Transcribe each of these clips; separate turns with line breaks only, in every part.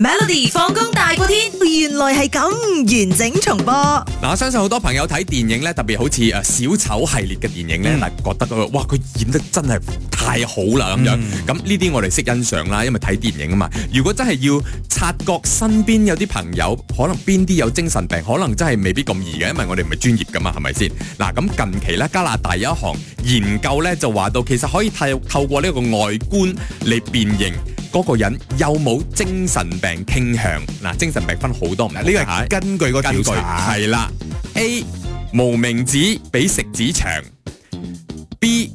Melody 放工大過天，原來係咁完整重播。
嗱，我相信好多朋友睇電影咧，特別好似呃誒小丑系列嘅電影咧，
嗯
但係覺得佢哇，佢演得真係太好啦咁樣。
嗯
咁呢啲我哋識欣賞啦，因為睇電影啊嘛。如果真係要察覺身邊有啲朋友可能邊啲有精神病，可能真係未必咁易嘅，因為我哋唔係專業噶嘛，係咪先？嗱，咁近期咧，加拿大有一項研究咧就話到，其實可以透透過呢個外觀嚟辨認。嗰個人有冇精神病傾向？嗱，精神病分好多唔同
嗱，呢個
嘅
係根據個
根
調
據
查，
係啦，A 無名指比食指長，B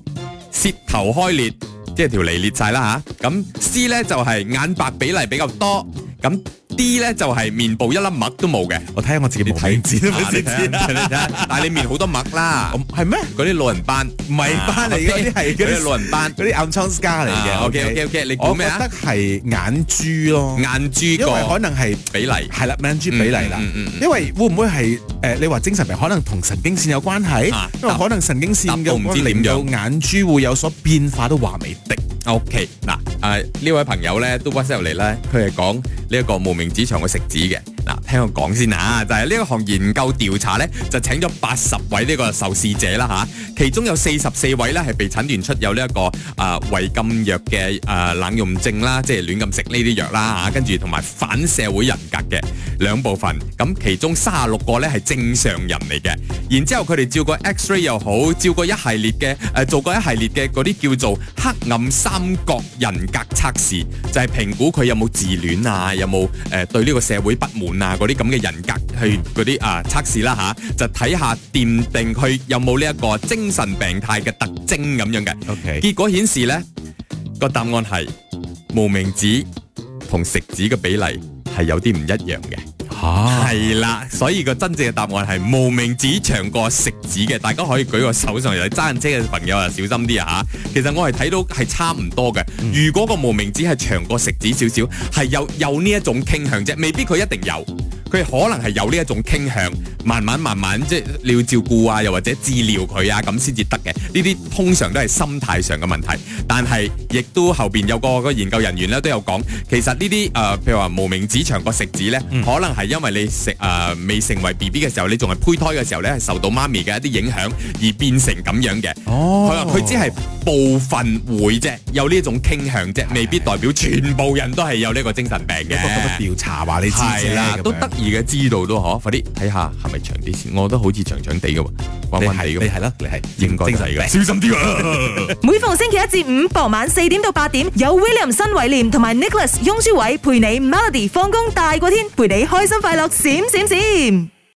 舌頭開裂，即係條脷裂晒啦吓。咁 C 呢就係、眼白比例比較多，咁 D 呢就係、面部一粒墨都冇嘅。
我睇下我自己無名指都
啊
冇
你
先
睇下你睇下
知
你睇 下但係你面好多墨啦，
係咩？
嗰啲老人斑唔
唔係斑 嚟嘅，嗰啲
嗰
係嗰
啲老
啲
人斑
嗰啲暗瘡 scar 嚟
啊
嘅。
，OK，OK，OK，你估咩啊
我覺得係眼珠咯，
眼珠
因為可
個
能係
比例。
係啦，眼珠比例啦
嗯嗯嗯嗯。
因為會唔會係誒？你話精神病可能同神經線有關係
啊，
因為可能神經線
答到唔知
嘅
點
令到
樣
眼珠會有所變化都話未定。
O K，嗱，誒呢位朋友咧都 WhatsApp 入嚟咧，佢係講呢一個無名指長嘅食指嘅。嗱，聽我講先啊，就係呢一項研究調查咧，就請咗八十位呢個受試者啦吓、其中有四十四位咧係被診斷出有呢、一個啊違禁藥嘅誒濫用症啦，即係亂咁食呢啲藥啦啊嚇，跟住同埋反社會人格嘅兩部分。咁其中三十六個咧係正常人嚟嘅，然之後佢哋照過 X-ray 又好，照過一系列嘅誒、呃做過一系列嘅嗰啲叫做黑暗三角人格測試，就係、評估佢有冇自戀啊，有冇誒、呃、對呢個社會不滿啊嗰啲咁嘅人格去嗰啲啊測試啦吓、就睇下奠定佢有冇呢一個精神病態嘅特徵咁樣嘅。
OK，
結果顯示呢個答案係無名指同食指嘅比例係有啲唔一樣嘅，
嚇
係啦、所以個真正嘅答案係無名指長過食指嘅，大家可以舉個手上嚟，揸緊車嘅朋友啊小心啲啊嚇。其實我係睇到係差唔多嘅，如果個無名指係長過食指少少，係有有呢一種傾向啫，未必佢一定有。佢可能係有呢一種傾向，慢慢慢慢即係你要照顧啊，又或者治療佢啊，咁先至得嘅。呢啲通常都係心態上嘅問題，但係亦都後邊有個個研究人員咧都有講，其實呢啲誒呃譬如話無名指長過食指呢，可能係因為你食誒、呃未成為 B B 嘅時候，你仲係胚胎嘅時候呢，係受到媽咪嘅一啲影響而變成咁樣嘅。佢
哦
話佢只係部分會啫，有呢種傾向啫，未必代表全部人都係有呢個精神病
一個咁嘅
嘅。
調查話你知
係
啫
啦，
咁
都
樣
得意嘅知道都可，快啲睇下係咪長啲先，我覺得好似長長地嘅喎，彎
你
彎地
係你
嘅，
係啦，你係
應該
精
係
神病
嘅，。小心啲啊！
每逢星期一至五傍晚四點到八點，有 William 新偉廉同埋 Nicholas 雍舒偉陪你 Melody 放工大過天，陪你開心快樂閃閃閃。